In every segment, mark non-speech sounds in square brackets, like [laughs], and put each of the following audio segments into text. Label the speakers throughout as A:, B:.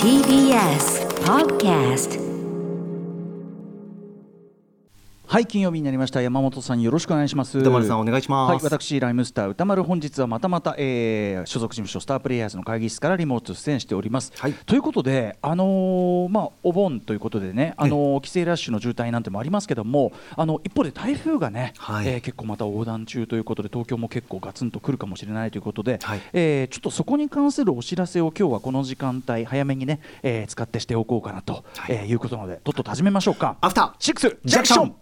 A: TBS Podcast
B: はい金曜日になりました山本さんよろしくお願いします
C: 歌丸さんお願いします
B: はい私ライムスター歌丸本日はまたまた、えー所属事務所スタープレイヤーズの会議室からリモート出演しております、
C: はい
B: ということであのーまあお盆ということでねあのー帰省ラッシュの渋滞なんてもありますけどもあの一方で台風がね、
C: はい
B: えー結構また横断中ということで東京も結構ガツンと来るかもしれないということで、
C: はい
B: えーちょっとそこに関するお知らせを今日はこの時間帯早めにね、えー使ってしておこうかなと、
C: はい
B: いえーいうことなのでとっとと始めましょうか
C: アフター
B: シックス
C: ジャンクション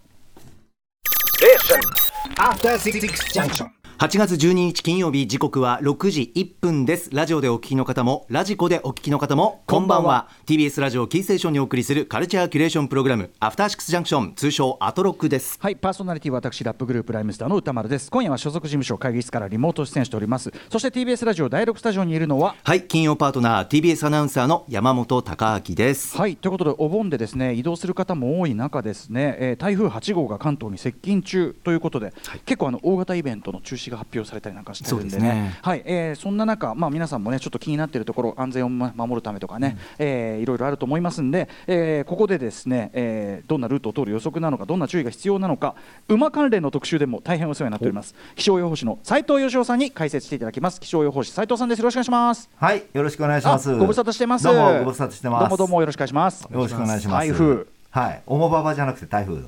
C: 8月12日金曜日時刻は6時1分ですラジオでお聞きの方もラジコでお聞きの方もこんばんは TBS ラジオキーステーションにお送りするカルチャーキュレーションプログラムアフターシックスジャンクション通称アトロックです
B: はいパーソナリティは私ラップグループライムスターの歌丸です今夜は所属事務所会議室からリモート出演しておりますそして TBS ラジオ第6スタジオにいるのは
C: はい金曜パートナー TBS アナウンサーの山本貴明です
B: はいということでお盆でですね移動する方も多い中ですね、えー台風8号が関東に接近中ということで、結構あの大型イベントの中止が発表されたりなんかしてるんでね
C: そうですね
B: はい、えーそんな中まあ皆さんもねちょっと気になっているところ安全をま守るためとかね、えーいろいろあると思いますんで、えーここでですね、えーどんなルートを通る予測なのかどんな注意が必要なのか馬関連の特集でも大変お世話になっております気象予報士の斉藤義雄さんに解説していただきます気象予報士斉藤さんですよろしくお願いします
D: はい、よろしくお願いします。
B: あご無沙汰してます
D: どうもご無沙汰してます。
B: どうもどうもよろしくお願いします
D: よろしくお願いします。
B: 台風。
D: はい、おもばばじゃなくて台風。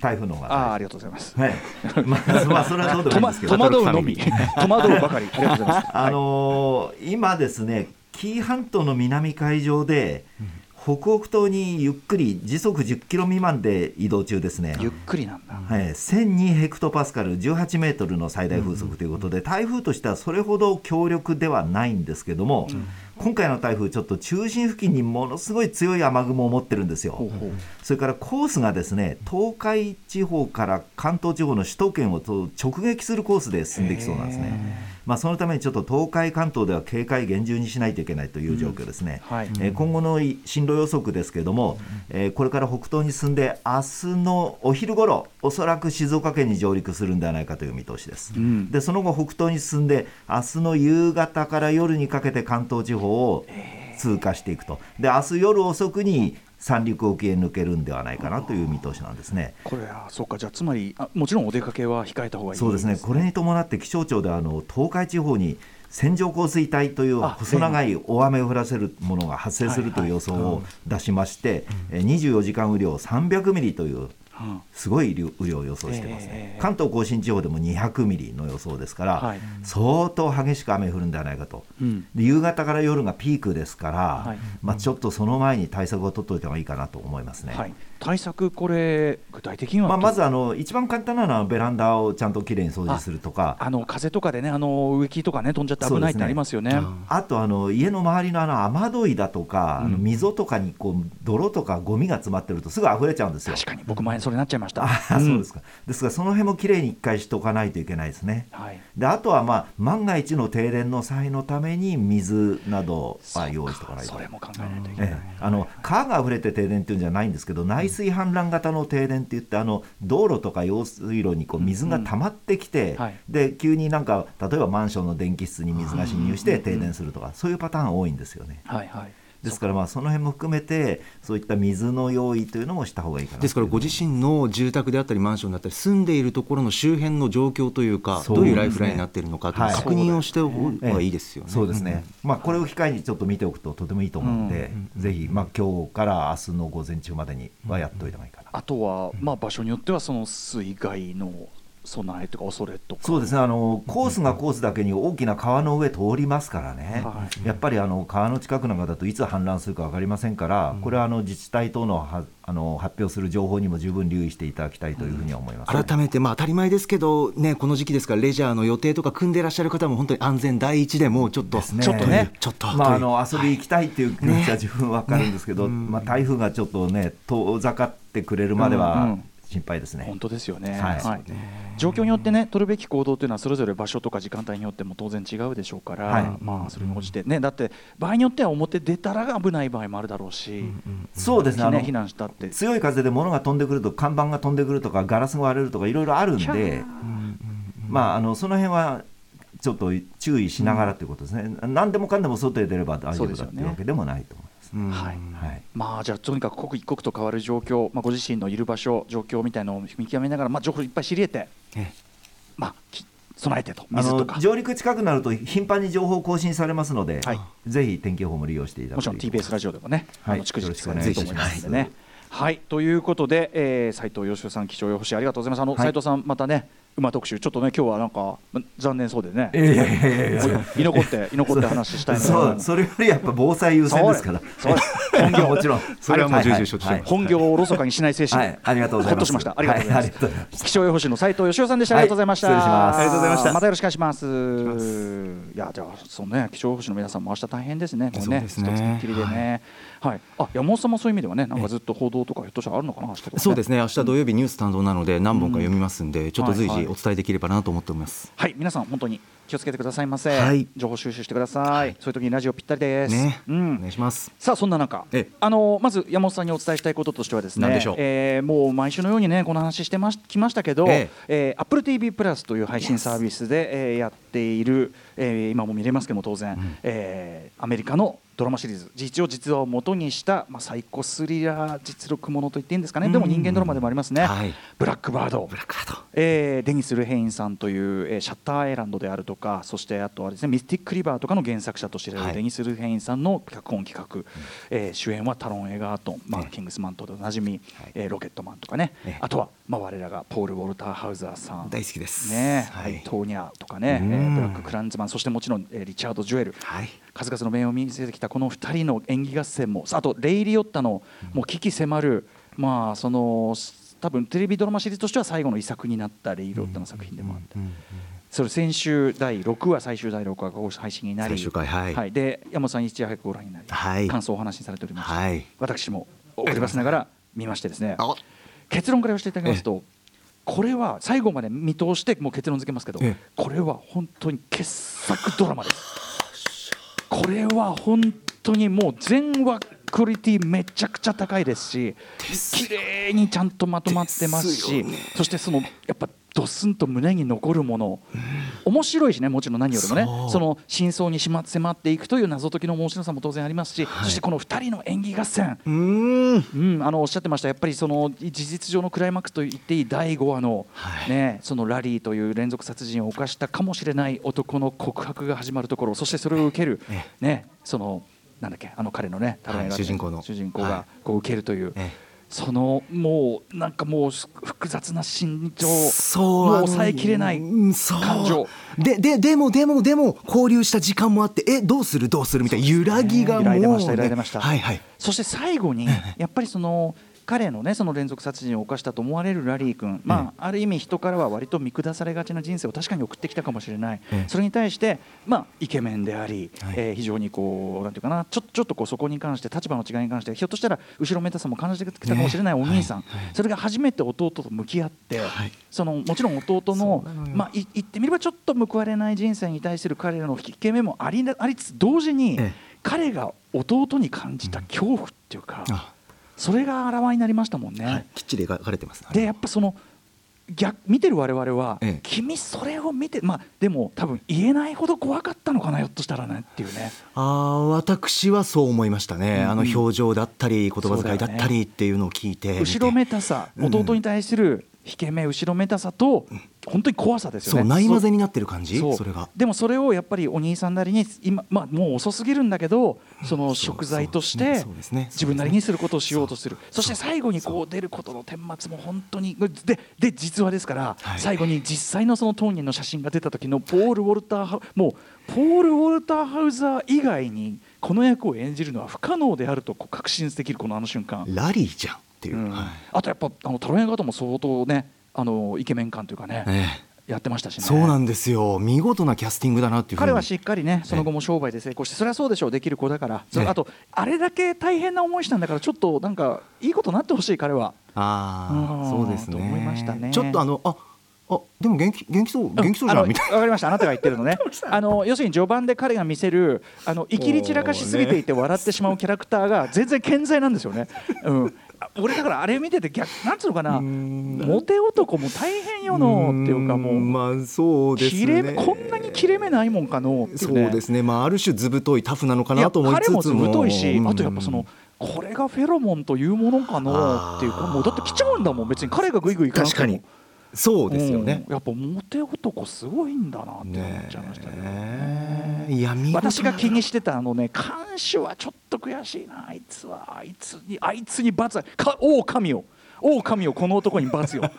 D: 台風の方が
B: あーあ
D: 大
B: りがとうございます
D: 事。はい。まあ、まあ、 [laughs] それはどう
B: 戸
D: でもいいんで
B: ます
D: け
B: 戸
D: ど。
B: 惑うのみ [laughs] 戸惑うばかりありがとうございます
D: あのー今ですね、紀伊半島の南海上で。北北東にゆっくり時速10キロ未満で移動中ですね。
B: ゆっくりなんだ
D: はい、1002ヘクトパスカル18メートルの最大風速ということで、台風としてはそれほど強力ではないんですけども、今回の台風ちょっと中心付近にものすごい強い雨雲を持ってるんですよ、
B: ほうほう
D: それからコースがですね東海地方から関東地方の首都圏をと直撃するコースで進んできそうなんですね、まあ、そのためにちょっと東海関東では警戒厳重にしないといけないという状況ですね、
B: うんはい
D: えー今後のい進路予測ですけども、えーこれから北東に進んで明日のお昼頃おそらく静岡県に上陸するんではないかという見通しです、
B: ん
D: でその後北東に進んで明日の夕方から夜にかけて関東地方を通過していくとで明日夜遅くに三陸沖へ抜けるんではないかなという見通しなんですね。
B: これはそうかじゃあつまりあもちろんお出かけは控えた方がいい
D: そうですねこれに伴って気象庁ではあの東海地方に線状降水帯という
B: あ
D: 細長い大雨を降らせるものが発生するという予想を出しまして、えー24時間雨量300ミリという
B: うん
D: すごい雨量雨量を予想してますね、
B: ええ
D: 関東甲信地方でも200ミリの予想ですから、
B: はい
D: 相当激しく雨降るんではないかと、
B: うん
D: で夕方から夜がピークですから、
B: はい
D: まあ、ちょっとその前に対策を取っておいた方がいいかなと思いますね。
B: はい対策これ具体的には
D: まあ、まず
B: どう
D: あの一番簡単なのはベランダをちゃんときれいに掃除するとか、
B: あの風とかでねあの植木とかね飛んじゃって危ないってありますよね
C: そうですね
D: あとあの家の周りのあの雨どいだとか、あの
B: うん
D: 溝とかにこう泥とかゴミが詰まってるとすぐ溢れちゃうんですよ。
B: 確かに僕前それなっちゃいました
D: あー
B: ん
D: そうですかですがその辺もきれいに一回しておかないといけないですね。
B: はい
D: であとは、まあ、万が一の停電の際のために水などは用意しておかないと。
B: それも考えないといけない
D: ええ、あの川が溢れて停電っていうんじゃないんですけど内水氾濫型の停電って言ってあの道路とか用水路にこう水が溜まってきて、
B: はい
D: で急になんか例えばマンションの電気室に水が侵入して停電するとか、そういうパターン多いんですよね。
B: はいはい
D: ですからまあその辺も含めてそういった水の用意というのもした方がいいかな
C: ですからご自身の住宅であったりマンションだったり住んでいるところの周辺の状況というか
D: そう
C: ど
D: で
C: うい
D: すね
C: うライフラインになっているのかという
D: はい
C: 確認をしておいた方がいいですよね。
D: そうですね、まあ、これを機会にちょっと見ておくととてもいいと思うんで、ぜひ、まあ今日から明日の午前中までにはやっといた方がいいかな。
B: あとはまあ場所によってはその水害の備えとか恐れとか
D: そうですねあのコースがコースだけに大きな川の上通りますからね、
B: は
D: やっぱりあの川の近くなんかだといつ氾濫するか分かりませんから、これはあの自治体等のはあの発表する情報にも十分留意していただきたいというふうには思います、
C: 改めて、まあ、当たり前ですけど、ね、この時期ですからレジャーの予定とか組んでらっしゃる方も本当に安全第一でもうちょっと、
D: ですね
C: ちょっとねちょっと
D: まあ、あ
C: という
D: の遊び行きたいっていう気持ちは自分分かるんですけど、まあ、台風がちょっとね遠ざかってくれるまで
B: うんう
D: は
B: ん
D: 心配ですね。
B: 本当ですよね、
D: はい
B: 状況によってね取るべき行動というのはそれぞれ場所とか時間帯によっても当然違うでしょうから、
D: はい
B: まあそれに応じてねだって場合によっては表出たら危ない場合もあるだろうし、
D: そうですねあの
B: 避難したって
D: 強い風で物が飛んでくると看板が飛んでくるとかガラスが割れるとかいろいろあるん
B: キャー
D: でまああのその辺はちょっと注意しながらということですね、何でもかんでも外へ出れば大丈夫だっていうわけでもないと思います。
C: うん
B: はい
D: はい
B: まあじゃあとにかく刻一刻と変わる状況、まあ、ご自身のいる場所状況みたいなのを見極めながら、まあ、情報いっぱい知り得て、
C: え
B: まあ、き備えてと
D: あ
B: 水と
D: の
B: か
D: 上陸近くなると頻繁に情報更新されますので、
B: はい
D: ぜひ天気予報も利用していただ
B: もちろん TBS ラジオでもね、
D: はい
B: あの逐次
D: よろし
B: 使
D: く
B: わ
D: お
B: れ
D: 願
B: ると
D: いし
B: 思い
D: ま
B: ますすんでね。はいということで、えー、斉藤義夫さん、気象予報士ありがとうございます。あの、
D: はい
B: 斉藤さん、またね、馬特集、ちょっとね、今日はなんかま残念そうでね、
D: いやいやいやいや
B: 居残って、居残って話したいな
D: そうそれよりやっぱ防災優先ですから
B: そうだそうだ
D: 本業 [laughs] もちろん
C: それはもう重々承知しております
B: 本業をおろそかにしない精神、
D: はいありがとうござい
B: ほっと
D: ます
B: しました。ありがとうございます。
D: はいありがとうございま
B: 気象予報士の斉藤義夫さんでした。あ
D: は
B: り
D: い
B: がとうございました。
D: 失礼しますありがとうございました
B: またよろしくお願いします。いや、じゃあ、そのね、気象予報士の皆さんも明日大変ですね。これ
C: そうですね
B: 一つきっきりでね。はい。あ、山本さんもそういう意味ではね、なんかずっと報道とか、ひょっとしたらあるのかな、明日とかね
C: そうですね明日土曜日ニュース担当なので何本か読みますんで、ちょっと随時お伝えできればなと思っております、
B: はい、皆さん本当に気をつけてくださいませ。
C: はい
B: 情報収集してください。そういう時にラジオぴったりです。
C: ね、
B: うん
C: お願いします
B: さあそんな中
C: ええ、
B: あのまず山本さんにお伝えしたいこととしてはですね、
C: 何でしょう
B: えーもう毎週のようにねこの話してましきましたけど、
C: え
B: えー Apple TV プラスという配信サービスで、えーやっている、えー今も見れますけども当然、えーアメリカのドラマシリーズ実を実話を元にした、まあ、サイコスリラー実録ものと言っていいんですかね、でも人間ドラマでもありますね、
C: はい
B: ブラックバード
C: ブラックハート
B: えーデニス・ルヘインさんという、えーシャッターアイランドであるとかそしてあとはですねミスティック・リバーとかの原作者として知られる
C: はい
B: デニス・ルヘインさんの脚本企画、えー主演はタロン・エガートン、まあ、
C: ね
B: キングスマンとでおなじみ、
C: い
B: えーロケットマンとかね、
C: ね
B: あとは、まあ、我らがポール・ウォルター・ハウザーさん
C: 大好きです
B: ね
C: はい
B: はいトーニャーとかね、え
C: うん
B: ーブラック・クランズマンそしてもちろん、えーリチャード・ジュエル、
C: はい
B: 数々の面を見せてきたこの2人の演技合戦もさあとレイ・リオッタのもう危機迫る、まあそのす多分テレビドラマシリーズとしては最後の遺作になったレイ・リオッタの作品でもあって、
C: うんうん
B: それ先週第6話最終第6話が配信になり
C: 最終回はい
B: で山本さん一夜早くご覧になり、
C: はい
B: 感想をお話しされておりました、
C: はい
B: 私も送り出しながら見ましてですね
C: あ
B: 結論から言わせていただきますとこれは最後まで見通してもう結論付けますけど
C: ええ
B: これは本当に傑作ドラマですこれは本当にもう全話クオリティめちゃくちゃ高いですし綺麗にちゃんとまとまってますしそしてそのやっぱドスンと胸に残るもの面白いしねもちろん何よりもね
C: そう
B: その真相にしま迫っていくという謎解きの面白さも当然ありますしそしてこの2人の演技合戦
C: うーん
B: うん、あのおっしゃってました、やっぱりその事実上のクライマックスと言っていい第5話の,、
C: はい
B: ね、そのラリーという連続殺人を犯したかもしれない男の告白が始まるところ、そしてそれを受ける
C: え、
B: ね、そのなんだっけ、あの彼のね、多分
C: はい主人公の
B: 主人公
C: は
B: がこう受けるという、
C: ええ
B: そのもうなんかもう複雑な心情、
C: そう
B: もう
C: あの
B: 抑えきれない
C: うんそう
B: 感情
C: でででもでもでも交流した時間もあってえどうするどうするみたいな揺らぎがもう、
B: 揺らい
C: ね、
B: でました揺らいでました
C: はいはい
B: そして最後にやっぱりその彼のねその連続殺人を犯したと思われるラリー君、まあ、ある意味人からは割と見下されがちな人生を確かに送ってきたかもしれない、
C: ええ
B: それに対して、まあ、イケメンであり、
C: はい
B: えー非常にこうなんていうかなちょちょっとこうそこに関して立場の違いに関してひょっとしたら後ろめたさも感じてきたかもしれないお兄さん、
C: ねはいはい
B: それが初めて弟と向き合って、
C: はい
B: そのもちろん弟の
C: そうなのよ
B: まあ、い言ってみればちょっと報われない人生に対する彼らの引け目もありなありつつ同時に、
C: ええ
B: 彼が弟に感じた恐怖っていうか、
C: あ、
B: それが現れになりましたもんね。
C: はい、きっちり描かれてます
B: でやっぱその逆見てる我々は、
C: ええ
B: 君それを見てまあでも多分言えないほど怖かったのかなひょっとしたらねっていうね
C: あー私はそう思いましたね、
B: うん
C: あの表情だったり言葉遣い
B: そ
C: だ
B: うだよね
C: ったりっていうのを聞いて
B: 後ろめたさ
C: うん
B: 弟に対する引け目後ろめたさと本当に怖さですよ
C: そ
B: ね。
C: うないまぜになってる感じ
B: そう
C: それが
B: でもそれをやっぱりお兄さんなりに今、まあ、もう遅すぎるんだけどその食材とし
C: そう
B: て
C: そうですね
B: 自分なりにすることをしようとするそして最後にこう出ることの顛末も本当にでで実話ですから、
C: はい
B: 最後に実際のその当人の写真が出た時のポール・ウォルターハウもうポール・ウォルターハウザー以外にこの役を演じるのは不可能であるとこう確信できるこのあの瞬間。
C: ラリーじゃんっていう、
B: うん
C: はい
B: あとやっぱあのタロエンガートも相当ねあのイケメン感というかね、
C: ね
B: やってましたしね。
C: そうなんですよ見事なキャスティングだなっていうふうに
B: 彼はしっかりねその後も商売で成功してそれはそうでしょうできる子だからそれ
C: ええ
B: あとあれだけ大変な思いしたんだからちょっとなんかいいことになってほしい彼は
C: あ
B: うん
C: あそうですね
B: と思いましたね
C: ちょっとあのああでも元気元気そう元気そうじゃ
B: あの
C: んみたいな
B: わかりましたあなたが言ってるのね
C: [laughs]
B: あの要するに序盤で彼が見せるあのいきり散らかしすぎていて笑ってしまうキャラクターが全然健在なんですよね、うん、あ俺だからあれ見てて逆なんつうのかなモテ男も大変よのっていうかもう
C: まあそうですね
B: 切れこんなに切れ目ないもんかのってい
C: そうう
B: ね
C: ですね、まあ、ある種ずぶといタフなのか
B: いや
C: なと思いつ
B: 彼
C: つも
B: もずぶといし、
C: うん
B: あとやっぱそのこれがフェロモンというものかのっていうか
C: あー
B: もうだって来ちゃうんだもん別に彼がグイグイ行かなく
C: 確
B: ても
C: かにそうですよね
B: う、んやっぱモテ男すごいんだなって思っちゃいましたね
C: ねえいや見事
B: 私が気にしてたあのね看守はちょっと悔しいなあいつはあいつにあいつに罰はか王神よ王神よこの男に罰
C: [laughs]
B: よ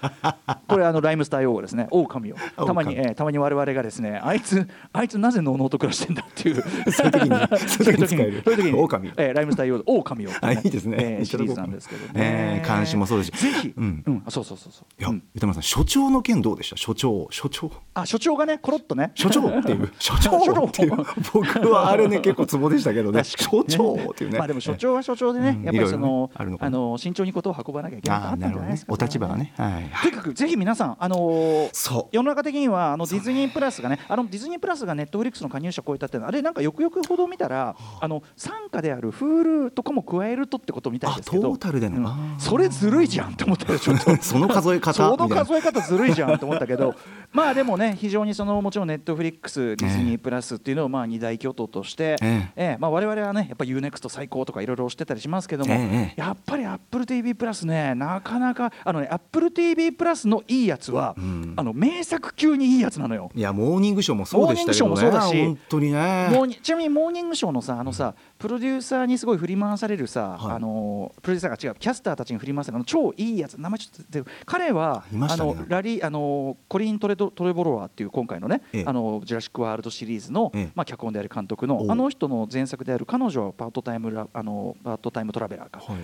B: これあのライムスター用語ですね王神よ
C: 王神
B: たまに、えーたまに我々がですねあいつあいつなぜのうのうと暮らしてんだっていう
C: そういう時
B: [laughs]
C: にそういう時に使える
B: そういう時に
C: 狼
B: えーライムスター用語王神よ
C: あいいですね
B: えーシリーズなんですけどね
C: ええ監視もそうですし
B: ぜひ、う
C: うんん
B: あそうそうそうそう
C: いや、
B: うん
C: 歌丸さん所長の件どうでした所長所長
B: あ所長がねコロッとね
C: 所長っていう
B: [laughs]
C: 所長っていう僕はあれね結構ツボでしたけどね所長っていうね
B: まあでも所長は所長でね、
C: うん
B: やっぱりそ
C: いろいろ
B: の
C: ねあるのかな
B: あの慎重にことを運ばなきゃいけない
C: あ
B: か
C: あ
B: った
C: なん
B: じ
C: るほ
B: ゃ
C: ど
B: ないで
C: ね
B: すか。
C: お立場がねはい
B: とにかくぜひ皆さん、あのー
C: そう
B: 世の中的にはあのディズニープラスがねあのディズニープラスがネットフリックスの加入者を超えたっていうのはあれなんかよくよくほど見たらあの傘下である Hulu とかも加えるとってことみたいですけど
C: あトータルでの
B: うん
C: あー
B: それずるいじゃんと思ったよちょっと
C: その数え方
B: その
C: みたいな
B: 数え方ずるいじゃんと思ったけど [laughs] まあでもね非常にそのもちろんネットフリックスディズニープラスっていうのをまあ二大巨頭として、え
C: ええ
B: えまあ、我々はねやっぱ UNEXT 最高とかいろいろ推してたりしますけども、
C: ええええ
B: やっぱり AppleTV プラスねなかなかあのね AppleTV プラスのいいやつは、
C: ん
B: あの名作級にいいやつなのよ。
C: いやモーニングショーもそうでしたけどね
B: モーニングショーもそうだし
C: 本当にね
B: モーニちなみに「モーニングショー」のさあのさプロデューサーにすごい振り回されるさ、
C: はい
B: あのプロデューサーが違うキャスターたちに振り回されるあの超いいやつ名前ちょっと出て彼は、
C: いま
B: あ
C: したね
B: のラリーあのコリントレド・トレボロワーっていう今回のね、
C: ええ
B: あのジュラシック・ワールドシリーズの、
C: ええ
B: まあ、脚本である監督の
C: おう
B: あの人の前作である彼女はパートタイムラあのパートタイムトラベラーか、
C: はい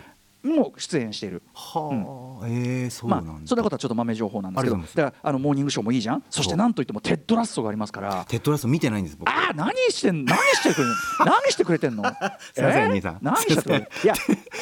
B: も出演している
C: はあ、えー、そうな
B: ま
C: んだ、
B: あ、そんなことはちょっと豆情報なんですけど
C: あり
B: だ
C: がとうござ
B: からあのモーニングショーもいいじゃんそしてなんといってもテッド・ラッソがありますから
C: テッドラスト見てないんです僕
B: ああ何してん何してくれん
C: [laughs]
B: 何してくれてんの
C: すいません
B: えー
C: 兄さん
B: 何してくれてんのいや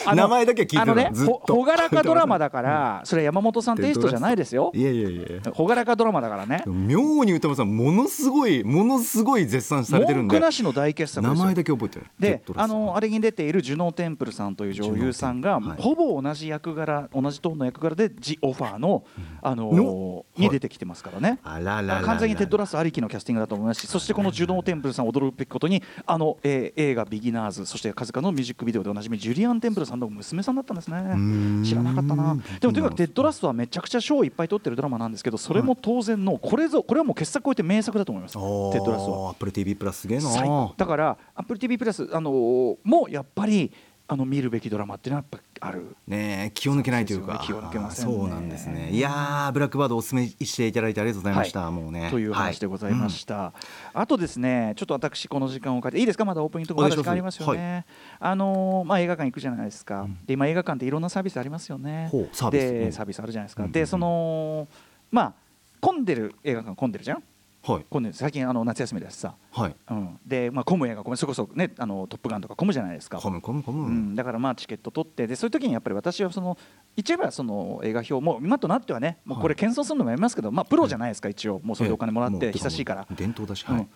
B: あの
C: 名前だけは聞いてた
B: あのね
C: ずっと
B: ほ朗らかドラマだ
C: [laughs]
B: からそれ山本さんテイストじゃないですよ
C: いやいやいやいや
B: 朗らかドラマだからね
C: でも妙に歌丸さんものすごいものすごい絶賛されてる
B: 文
C: んで
B: 句なしの大傑作
C: 名
B: ですよ
C: 前だけ覚えてる
B: で
C: テッドラ
B: あ
C: スト
B: のあれに出ているジュノー・テンプルさんという女優さんが、
C: ジュノーテンプルはい
B: ほぼ同じ役柄同じトーンの役柄で「ジ・オファーの」あの
C: の
B: に出てきてますからね。
C: あらららら
B: 完全にテッドラスありきのキャスティングだと思いますしそしてこのジュノー・テンプルさん驚くべきことにあの、えー映画「ビギナーズ」そして数々のミュージックビデオでおなじみジュリアン・テンプルさんの娘さんだったんです
C: ー
B: ね
C: ん
B: 知らなかったなでもとにかく
C: そ
B: テッドラスはめちゃくちゃ賞をいっぱい取ってるドラマなんですけどそれも当然のこれぞこれはもう傑作を超えて名作だと思いますテッドラスは
C: アップル TV プラスすげえな
B: 最高だから AppleTV プラス、あのーもやっぱりあの見るべきドラマっていうのはやっぱある
C: ねえ気を抜けないというか
B: そうですよね気を抜けませんね
C: そうなんですねいやーブラックバードおすすめしていただいてありがとうございました、
B: は
C: もうね
B: という話でございま
C: は
B: した、あとですねちょっと私この時間をかけていいですかまだオープニングとか
C: お
B: ま
C: 願い
B: だ
C: し
B: 時
C: ます
B: 間ありますよね、あのーまあ映画館行くじゃないですか、で今映画館っていろんなサービスありますよね
C: ほうサービス
B: で
C: うん
B: サービスあるじゃないですか、
C: うん
B: でそのまあ混んでる映画館混んでるじゃん
C: うんはい
B: 混んでる最近あの夏休みだしさ、
C: はい
B: うん、でまあ混む映画ごめんそれこそねあのトップガンとか混むじゃないですか
C: コムコムコム、
B: うん、だからまあチケット取ってでそういう時にやっぱり私はその言っちゃえばその映画表もう今となってはねもうこれ謙遜するのもやめますけど、まあ、プロじゃないですか一応もうそれでお金もらっ
C: え
B: て
C: え
B: 久しいから
C: もう。伝統だし、
B: う
C: はい
B: ん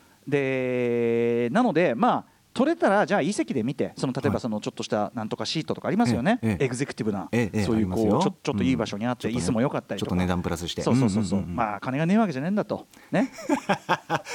B: でなのでまあ取れたらじゃあいい席で見てその例え
C: は
B: ば
C: い
B: そのちょっとしたなんとかシートとかありますよね、
C: ええええ
B: エグゼクティブな、
C: ええええ
B: そういうこ
C: あり
B: う
C: ます
B: ちょ
C: よ
B: ちょっといい場所にあって、
C: うん
B: 椅子も良かったり
C: ち
B: と
C: ょっ
B: か
C: と値段プラスして
B: そうそうそうそう、
C: んんんん
B: まあ金がねえわけじゃねえんだと
C: [laughs]
B: ね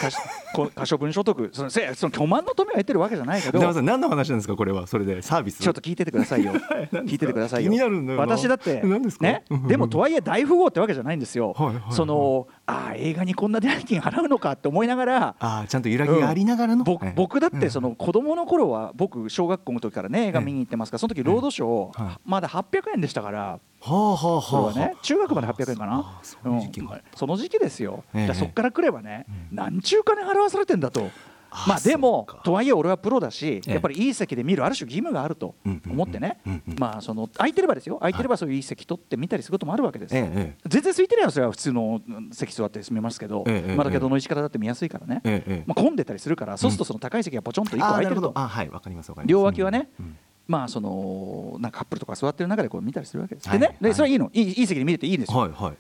B: 可しこ [laughs] 可処分所得そのせその巨万の富を得てるわけじゃないけど
C: 歌丸さん何の話なんですかこれはそれでサービス
B: ちょっと聞いててくださ
C: [laughs]
B: いよ。聞いててくださいよ。
C: 気になるんだよな
B: 私だって、
C: 何ですか
B: ね
C: うんうんう、ん
B: でもとはいえ大富豪ってわけじゃないんですよ。
C: はいはいはい
B: その、ああ、映画にこんな代金払うのかって思いながら。
C: あーちゃんと揺らぎがありながらの、
B: 僕
C: ええ
B: 僕だってその子供の頃は僕小学校の時からね映画見に行ってますからその時ロードショ
C: は
B: ー
C: い
B: まだ800円でしたから
C: はあはあ
B: これ
C: は
B: は
C: あ、は
B: ね中学まで800円かな
C: あーそういう時期が
B: うんその時期ですよだ
C: ええ
B: からそこから来ればね何ちゅう金払わされてんだと
C: あー
B: まあでも
C: そうか
B: とはいえ俺はプロだし
C: ええ
B: やっぱりいい席で見るある種義務があると
C: うんうんうん
B: 思ってね
C: うんうん
B: まあその空いてればですよ空いてればそういういい席取ってみたりすることもあるわけです
C: えええ
B: 全然空いてればそれは普通のうん席座って済みますけど
C: ええええ
B: まあだけどの石からだって見やすいからね
C: えええ
B: まあ混んでたりするからそうするとその高い席がポチョンと1個
C: あー
B: 空い
C: な
B: て
C: る
B: る
C: ほ
B: と
C: どあーはいわかりますわかります
B: 両脇はね、
C: うん
B: まあそのなんかカップルとか座ってる中でこう見たりするわけです。
C: はい
B: でね、
C: は
B: で
C: い
B: それはいいのいいいい席で見れていいですよ。
C: はいはい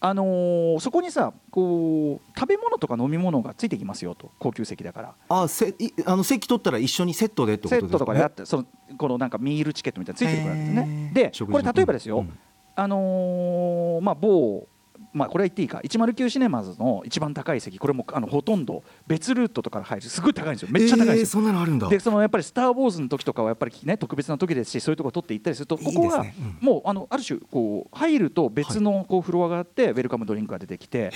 B: あのーそこにさこう食べ物とか飲み物がついてきますよと高級席だから
C: あせいあの席取ったら一緒にセットでってこと
B: セ
C: です
B: ットとかであってそのこのなんかミールチケットみたいなのついてくるんですね
C: へー
B: で
C: 食
B: こ
C: 事
B: れ例えばですよ、
C: うん
B: あのーまあ某まあこれは言っていいか109シネマズの一番高い席これもあのほとんど別ルートとかから入るすごい高いんですよめっちゃ高いんで
C: えー
B: すよ、
C: そんなのあるんだ
B: でそのやっぱり「スター・ウォーズ」の時とかはやっぱりね特別な時ですしそういうとこ撮って行ったりするとここ
C: いい
B: が
C: ですね
B: もうあのある種こう入ると別のこうフロアがあってウェルカムドリンクが出てきて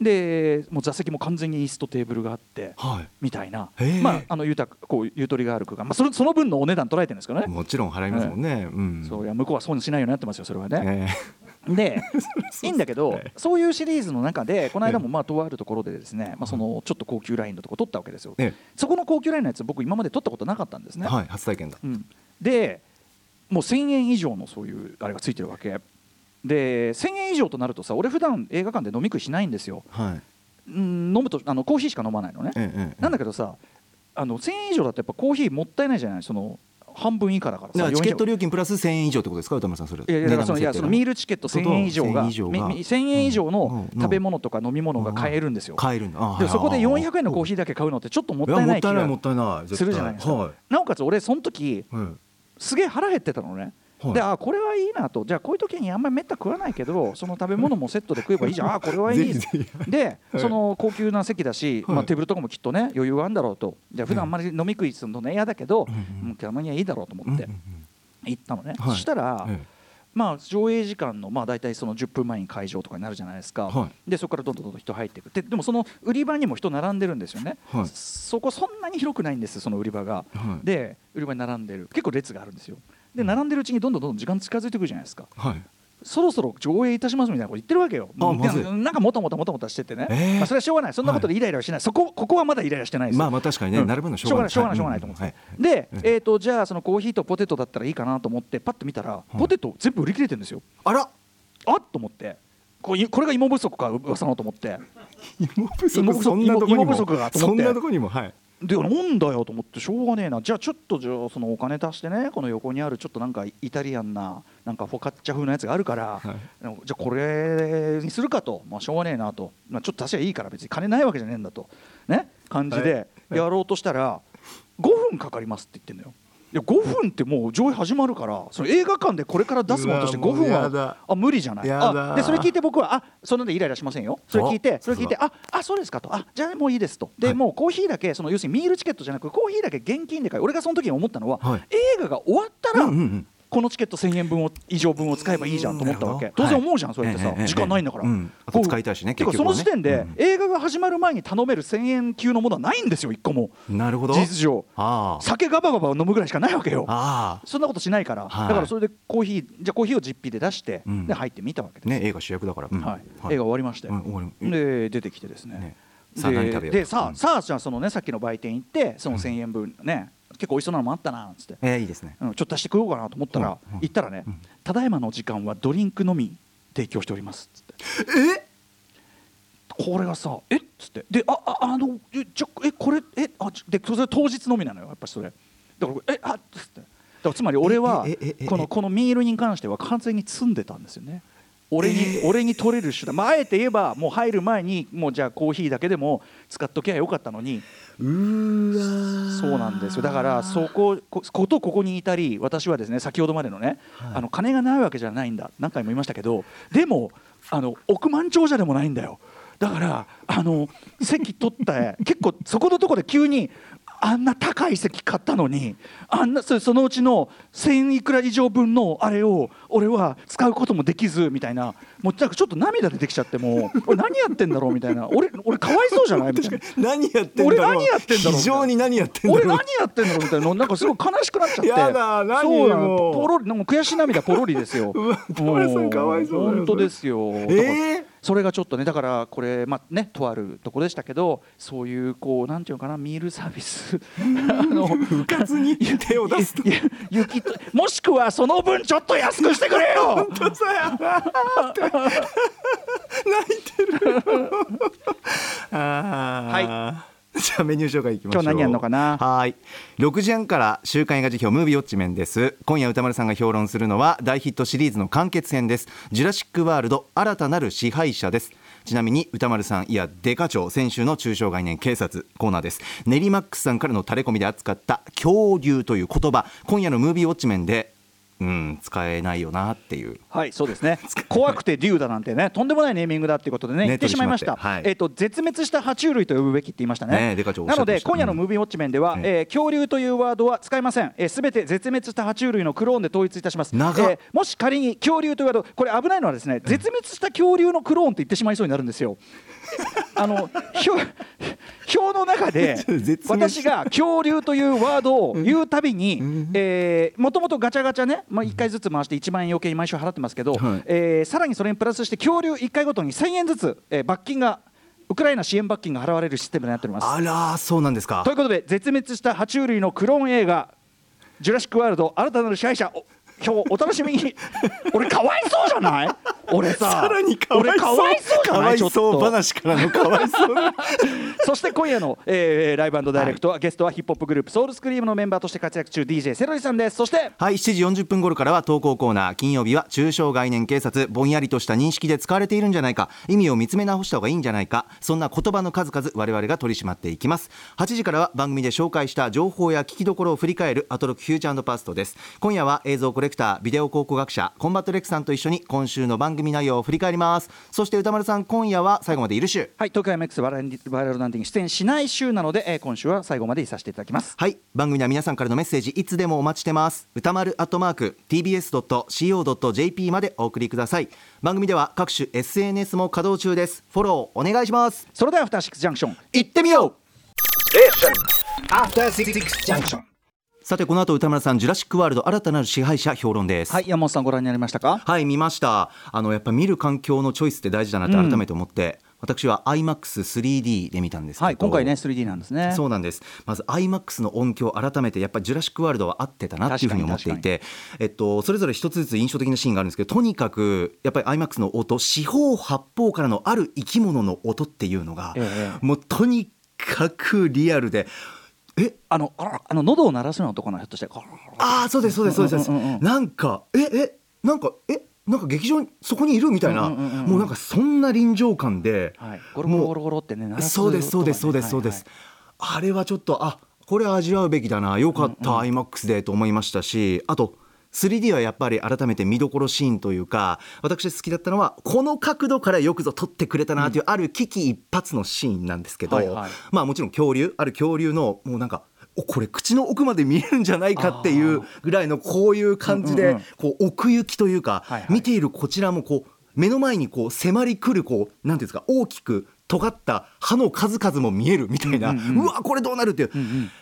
B: でもう座席も完全に椅子とテーブルがあって
C: は
B: みたいな
C: へー
B: まああのゆたこうゆとりがある空間まあそれその分のお値段捉えてるんですけど
C: い
B: ね
C: もちろん払いますもんね、うん
B: そういや向こうは損しないようになってますよそれはね。
C: えー
B: でいいんだけど
C: ええ
B: そういうシリーズの中でこの間もまあとあるところでですね、まあ、そのちょっと高級ラインのとこ取ったわけですよ、
C: [laughs] え
B: そこの高級ラインのやつ僕今まで取ったことなかったんですね、
C: はい初体験だ
B: うん、でもう1000円以上のそういうあれがついてるわけで1000円以上となるとさ俺普段映画館で飲み食いしないんですよ、
C: はい
B: うん、飲むとあのコーヒーしか飲まないのね、
C: ええええ
B: なんだけどさあの1000円以上だとやっぱコーヒーもったいないじゃないその半分以下だから
C: だ
B: さ
C: からチケット
B: 400
C: 料金プラス1000円以上ってことですか歌丸さんそれ
B: いやいやだからそのいやそのミー
C: ル
B: ルチケット1000円以上が
C: 1000円
B: み
C: 以上が
B: 1000円以上の
C: うん
B: 食べ物とか飲み物が買えるんですよ。
C: 買えるんだあ
B: でそこで400円のコー
C: ヒ
B: ヒーだけ買うのってちょっともっ
C: い
B: た
C: や
B: い
C: も
B: な
C: っ
B: い気
C: たいない
B: が
C: もったいない絶対
B: するじゃないですか
C: は。
B: なおかつ俺その時
C: い、うん
B: すげえ腹減ってたのね。
C: はい
B: であこれはいいなとじゃあこういう時にあんまりめった食わないけどその食べ物もセットで食えばいいじゃんあこれはいい
C: ぜひぜ
B: で
C: はい
B: その高級な席だし、
C: はい
B: まあ、テーブルとかもきっとね余裕があるんだろうとじゃあ普段あんまり飲み食いするのね嫌だけど、
C: うんうん
B: うんたまにはいいだろうと思って行ったのね、
C: はい
B: そしたら、
C: え
B: まあ、上映時間のまあ大体その10分前に会場とかになるじゃないですか、
C: は
B: でそこからどんどんどんどん人入っていくででもその売り場にも人並んでるんですよね、
C: はい
B: そこそんなに広くないんですその売り場が、
C: はい
B: で売り場に並んでる結構列があるんですよで並んでるうちにどんどんどんどん時間近づいてくるじゃないですか
C: えはい
B: そろそろ上映いたしますみたいなこと言ってるわけよ
C: あ
B: うん
C: まずい
B: なんかもたもたもたもたしててね、
C: えー
B: まあ、それはしょうがないそんなことでイライラはしない、そこここはまだイライラしてないですよ
C: まあまあ確かにね、
B: うん
C: 並ぶのはしょうがない
B: しょうがないしょうがないと思って、
C: はい
B: で、
C: うん
B: えー、とじゃあそのコーヒーとポテトだったらいいかなと思ってパッと見たら、
C: い
B: ポテト全部売り切れてるんですよ
C: あら
B: あっと思ってこういこれが芋不足か噂のと思って
C: [laughs] 芋不足
B: 芋不足
C: そんなとこにも
B: 芋不足がと思
C: そ
B: っ
C: ん
B: て
C: なとこにもはい
B: でなんだよと思ってしょうがねえなじゃあちょっとじゃあそのお金足してねこの横にあるちょっとなんかイタリアンななんかフォカッチャ風なやつがあるから、
C: はい
B: じゃあこれにするかと、まあ、しょうがねえなと、まあ、ちょっと足はいいから別に金ないわけじゃねえんだとね感じでやろうとしたら5分かかりますって言ってんのよ。いや5分ってもう上映始まるからその映画館でこれから出すものとして
C: うわ
B: 5
C: もう
B: 分
C: やだ
B: はあ無理じゃない
C: やだ
B: あでそれ聞いて僕はあそんなんでイライラしませんよそれ聞いて
C: あ
B: それ聞いてああそうですかとあじゃあもういいですとで、
C: はい
B: もうコーヒーだけその要するにミールチケットじゃなくコーヒーだけ現金で買い俺がその時に思ったのは、
C: はい
B: 映画が終わったら、
C: うんうんうん
B: このチケット1000円分を以上分を使えばいいじゃんと思ったわけ
C: うん
B: 当
C: なる
B: 然
C: ほど
B: 思うじゃん、そうやってさ、
C: ええええ
B: 時間ないんだから、
C: うんあと
B: こう
C: 使いたいしね
B: てか
C: 結局はね
B: その時点で、
C: うん
B: 映画が始まる前に頼める1000円級のものはないんですよ1個も
C: なるほど
B: 事実上
C: ああ
B: 酒ガバガバ飲むぐらいしかないわけよ
C: あ
B: そんなことしないから、
C: はい
B: だからそれでコーヒーじゃあコーヒーを実費で出して、
C: うん
B: で入ってみたわけです
C: あね映画主役だから、うん
B: はい、
C: はい
B: 映画終わりまして、
C: うん終わり
B: で出てきてですね
C: ね
B: で
C: さあ何食べよう
B: でさあ、
C: うん
B: さあじゃあそのねさっきの売店行ってその1000円分ね、結構おいしそうなのもあったなっつって、
C: えーいいですね
B: うん、ちょっと足して食おうかなと思ったら、
C: うんうん
B: 行ったらね、
C: うん
B: ただいまの時間はドリンクのみ提供しておりますっつって
C: え
B: これがさえっつってであああのえちょえこれえあちょでそれ当日のみなのよやっぱりそれだからえあっつってだからつまり俺は
C: えええええ
B: このこのミールに関しては完全に積んでたんですよね俺に、俺に取れる手段、まあ、あえて言えばもう入る前にもうじゃあコーヒーだけでも使っときゃよかったのに
C: うーわ
B: そうなんですよだからそここことここに至り私はですね先ほどまでのね、あの金がないわけじゃないんだ何回も言いましたけどでもあの億万長者でもないんだよだからあの席取った結構そこのとこで急にあんな高い席買ったのにあんなそそのうちの1000いくら以上分のあれを俺は使うこともできずみたいなもうなんかちょっと涙出てきちゃってもう俺何やってんだろうみたいな俺俺かわいそうじゃないみたいな。
C: [laughs] 何やってんだろう
B: 俺何やってんだろう
C: 非常に何やってんだ
B: 俺
C: ろう
B: 何やってんのみたいななんかすごい悲しくなっちゃって
C: やだ何
B: そうなの
C: もう
B: ポロリなんか悔しい涙ポロリですよ
C: [laughs] うわ田村さん
B: も
C: かわいそうだよ
B: 本当ですよ、
C: え
B: だからそれがちょっとねだからこれまあねとあるとこでしたけどそういうこうなんていうのかなミールサービ
C: [laughs]
B: スあの
C: 部活に手を出すと
B: いや雪ともしくはその分ちょっと安くしてくれよ
C: 本当さやって泣いてるあー
B: は
C: じゃあメニュー紹介いきましょう
B: 今日何やんのかな
C: はい6時半から週刊映画辞表ムービーウォッチメンです今夜歌丸さんが評論するのは大ヒットシリーズの完結編ですジュラシックワールド新たなる支配者ですちなみに歌丸さんいやデカ長先週の中小概念警察コーナーですネリマックスさんからのタレコミで扱った恐竜という言葉今夜のムービーウォッチメンでうん使えないよなっていう
B: はい、そうです
C: [laughs]
B: ね。怖くてデューだなんてね、とんでもないネーミングだっていうことでね、
C: ね
B: 言ってしまいました。
C: 取り締まってはい
B: えっ、と、絶滅した爬虫類と呼ぶべきって言いました
C: ね
B: ね。
C: えデカ長おっしゃ
B: な
C: って
B: の
C: ました
B: で、今夜のムービーウォッチ面では、
C: うん
B: えー恐竜というワードは使いません。えーす、べ、て絶滅した爬虫類のクローンで統一いたします。
C: 長っ
B: えーもし仮に恐竜というワード、これ危ないのはですね、絶滅した恐竜のクローンって言ってしまいそうになるんですよ。あの表 [laughs] 表の中
C: [laughs]
B: で
C: 絶滅し
B: 私が
C: た
B: 恐竜というワードを言うたびにもともとガチャガチャね、まあ、1回ずつ回して1万円余計に毎週払ってますけど、
C: はい
B: えーさらにそれにプラスして恐竜1回ごとに1000円ずつ、えー罰金がウクライナ支援罰金が払われるシステムになっております。
C: あらそうなんですか
B: ということで絶滅した爬虫類のクローン映画「ジュラシック・ワールド新たなる支配者」お今日お楽しみ
C: [laughs]
B: に俺かわいそうじゃない俺さ
C: さらにかわい
B: 俺かわいそ
C: そ
B: じ
C: うう
B: ゃ
C: か
B: な
C: わ
B: い
C: い
B: ちょっ
C: そう
B: と
C: 話からのかわいそうな
B: [laughs] そして今夜の、えーライブダイレクトは、ゲストはヒップホップグループソウルスクリームのメンバーとして活躍中 DJ セロリさんですそして
C: はい、7時40分頃からは投稿コーナー、金曜日は中小概念警察、ぼんやりとした認識で使われているんじゃないか、意味を見つめ直した方がいいんじゃないか、そんな言葉の数々、我々が取り締まっていきます。8時からは番組で紹介した情報や聞きどころを振り返る、アトロックフューチャーパストです。今夜は映像コレクター、ビデオ考古学者、コンバットレックさんと一緒に今週の番組内容を振り返ります。そして歌丸さん、今夜は最後までいるしゅ。
B: はい東京 MX バラエティバイラルランディング出演しない週なので、えー今週は最後までいさせていただきます
C: はい番組では皆さんからのメッセージいつでもお待ちしてます歌丸アットマーク tbs.co.jp までお送りください番組では各種 SNS も稼働中ですフォローお願いします
B: それではアフターシックスジャンクション
C: 行ってみよう
B: アフターシックスジャンクション
C: さてこの後歌丸さんジュラシックワールド新たなる支配者評論です
B: はい山本さんご覧になりましたか
C: はい見ましたあのやっぱ見る環境のチョイスって大事だなって改めて思って、私は iMAX3D で見たんですけど、
B: はい今回ね 3D なんですね
C: そうなんですまず iMAX の音響改めてやっぱりジュラシック・ワールドは合ってたなっていうふうに思っていて、えっと、それぞれ一つずつ印象的なシーンがあるんですけどとにかくやっぱり iMAX の音四方八方からのある生き物の音っていうのが、
B: ええ
C: もうとにかくリアルでえ
B: あのあらあの喉を鳴らすような男のひょっとしてあら
C: ああそうですそうですそうです、
B: うんうんうんうん
C: なんかええなんかえなんか劇場にそこにいるみたいな、
B: うんうんうんうん
C: もうなんかそんな臨場感で、
B: はいゴロゴロ
C: もう
B: ゴロゴロってね鳴らす
C: そうですそうですそう
B: 音が
C: で
B: ね
C: すそうです
B: は、
C: あれはちょっとあこれ味わうべきだなよかった、IMAX でと思いましたしあと 3D はやっぱり改めて見どころシーンというか私好きだったのはこの角度からよくぞ撮ってくれたなという、ある危機一髪のシーンなんですけど、
B: はいはい
C: まあもちろん恐竜ある恐竜のもうなんかおこれ口の奥まで見えるんじゃないかっていうぐらいのこういう感じ
B: うんうん
C: で
B: うん
C: こう奥行きというか
B: はいはい
C: 見ているこちらもこう目の前にこう迫りくるこうなんていうんですか大きく尖った歯の数々も見えるみたいな、うわこれどうなるっていう、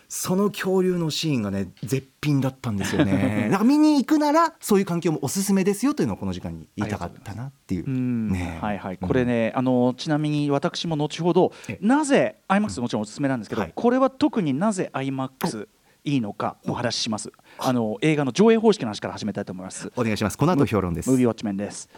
C: その恐竜のシーンがね絶品だったんで
B: [laughs]
C: すよねなんか見に行くならそういう環境もおすすめですよというのをこの時間に言いたかったなっていう
B: うん
C: ね
B: はいはい、これね、あのちなみに私も後ほど
C: え
B: なぜ IMAX もちろんおすすめなんですけど、
C: はい
B: これは特になぜ IMAX いいのかお話ししますあの映画の上映方式の話から始めたいと思います
C: お願いしますこの後評論です
B: ムービーウォッチメンです